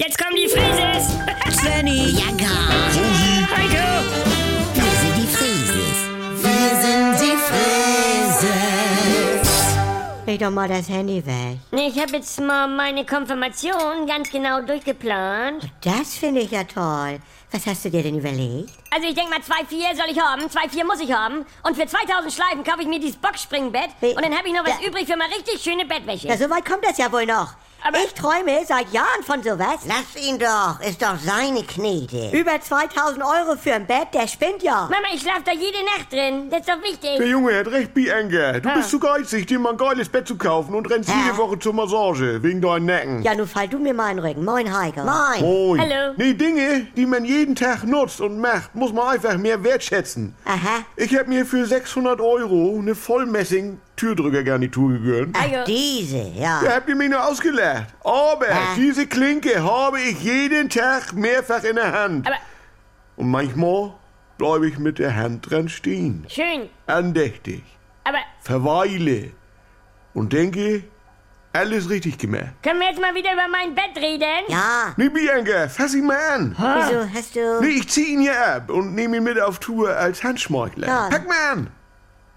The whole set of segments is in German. Jetzt kommen die Frises! Svenny, Ja, gar. Heiko! Wir sind die Frieses. Wir sind die Frieses. leg doch mal das Handy weg. Nee, Ich habe jetzt mal meine Konfirmation ganz genau durchgeplant. Das finde ich ja toll. Was hast du dir denn überlegt? Also ich denke mal, 2,4 soll ich haben, 2,4 muss ich haben. Und für 2000 Schleifen kaufe ich mir dieses Boxspringbett. Wie? Und dann habe ich noch was Ja. übrig für mal richtig schöne Bettwäsche. Ja, so weit kommt das ja wohl noch. Aber- ich träume seit Jahren von sowas. Lass ihn doch, ist doch seine Knete. Über 2000 Euro für ein Bett, der spinnt ja. Mama, ich schlafe da jede Nacht drin. Das ist doch Der wichtig. Junge hat recht, Bianca. Du bist zu geizig, dir mal ein geiles Bett zu kaufen und rennst jede Woche zur Massage, wegen deinen Necken. Ja, nun fall du mir mal in den Rücken. Moin, Heiko. Moin. Moin. Hallo. Nee, Dinge, die man jeden Tag nutzt und macht, muss man einfach mehr wertschätzen. Aha. Ich habe mir für 600 Euro eine Vollmessing-Türdrückergarnitur gegönnt. Also, Diese, Da ja. habt ihr mich nur ausgelacht. Aber diese Klinke habe ich jeden Tag mehrfach in der Hand. Aber- und manchmal bleibe ich mit der Hand dran stehen. schön. Andächtig, Aber verweile und denke, alles richtig gemacht. können wir jetzt mal wieder über mein Bett reden? Ja. Nee, Bianca, fass ihn mal an. Wieso hast du... Nee, ich zieh ihn hier ab und nehme ihn mit auf Tour als Handschmeichler. Ja. Pack mal an.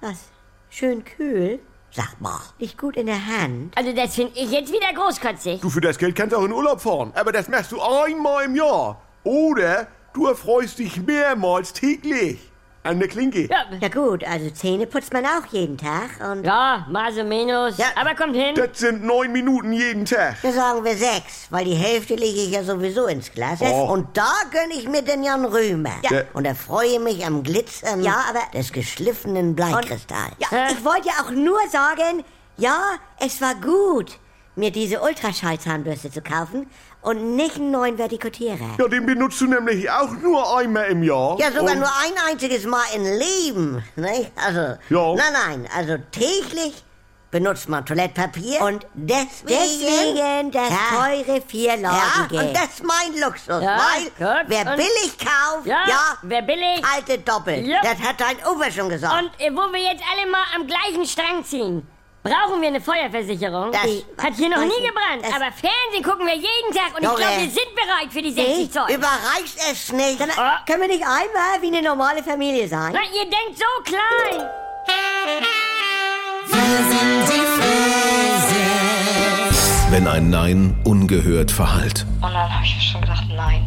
Was? Schön kühl. Sag mal. Nicht gut in der Hand. Also das finde ich jetzt wieder großkotzig. Du, für das Geld kannst du auch in Urlaub fahren. Aber das machst du einmal im Jahr. Oder du erfreust dich mehrmals täglich an der Klinke. Ja, Ja gut, also Zähne putzt man auch jeden Tag und... ja mal so minus. Ja. Aber kommt hin. Das sind neun Minuten jeden Tag. Da sagen wir sechs, weil die Hälfte lege ich ja sowieso ins Glas. Oh. Und da gönne ich mir den Jan Römer. Ja. Und erfreue mich am Glitzern Ja, aber- des geschliffenen Bleikristalls. Ja, ich wollte ja auch nur sagen, ja, es war gut, mir diese Ultraschallzahnbürste zu kaufen und nicht einen neuen Vertikutierer. Ja, den benutzt du nämlich auch nur einmal im Jahr. Ja, sogar Und- nur ein einziges Mal im Leben. Ne? Also, Ja. nein, nein, also täglich benutzt man Toilettpapier. Und deswegen... Deswegen das ja, teure ja, vierlaugige. und das ist mein Luxus, Ja, weil gut, wer und- billig kauft, Ja, ja, Ah, wer billig. halte doppelt. Ja. Das hat dein Uwe schon gesagt. Und äh, wo wir jetzt alle mal am gleichen Strang ziehen, brauchen wir eine Feuerversicherung. Das- Die hat hier noch weiß nie ich. gebrannt. Das- äh, Aber Fernsehen gucken wir jeden Tag und ich Junge. glaube, wir sind bereit für die 60 Zoll. Überreichst es nicht. Ah. Können wir nicht einmal wie eine normale Familie sein? Na, ihr denkt so klein. Wenn ein Nein ungehört verhallt. Und dann habe ich mir schon gedacht, nein.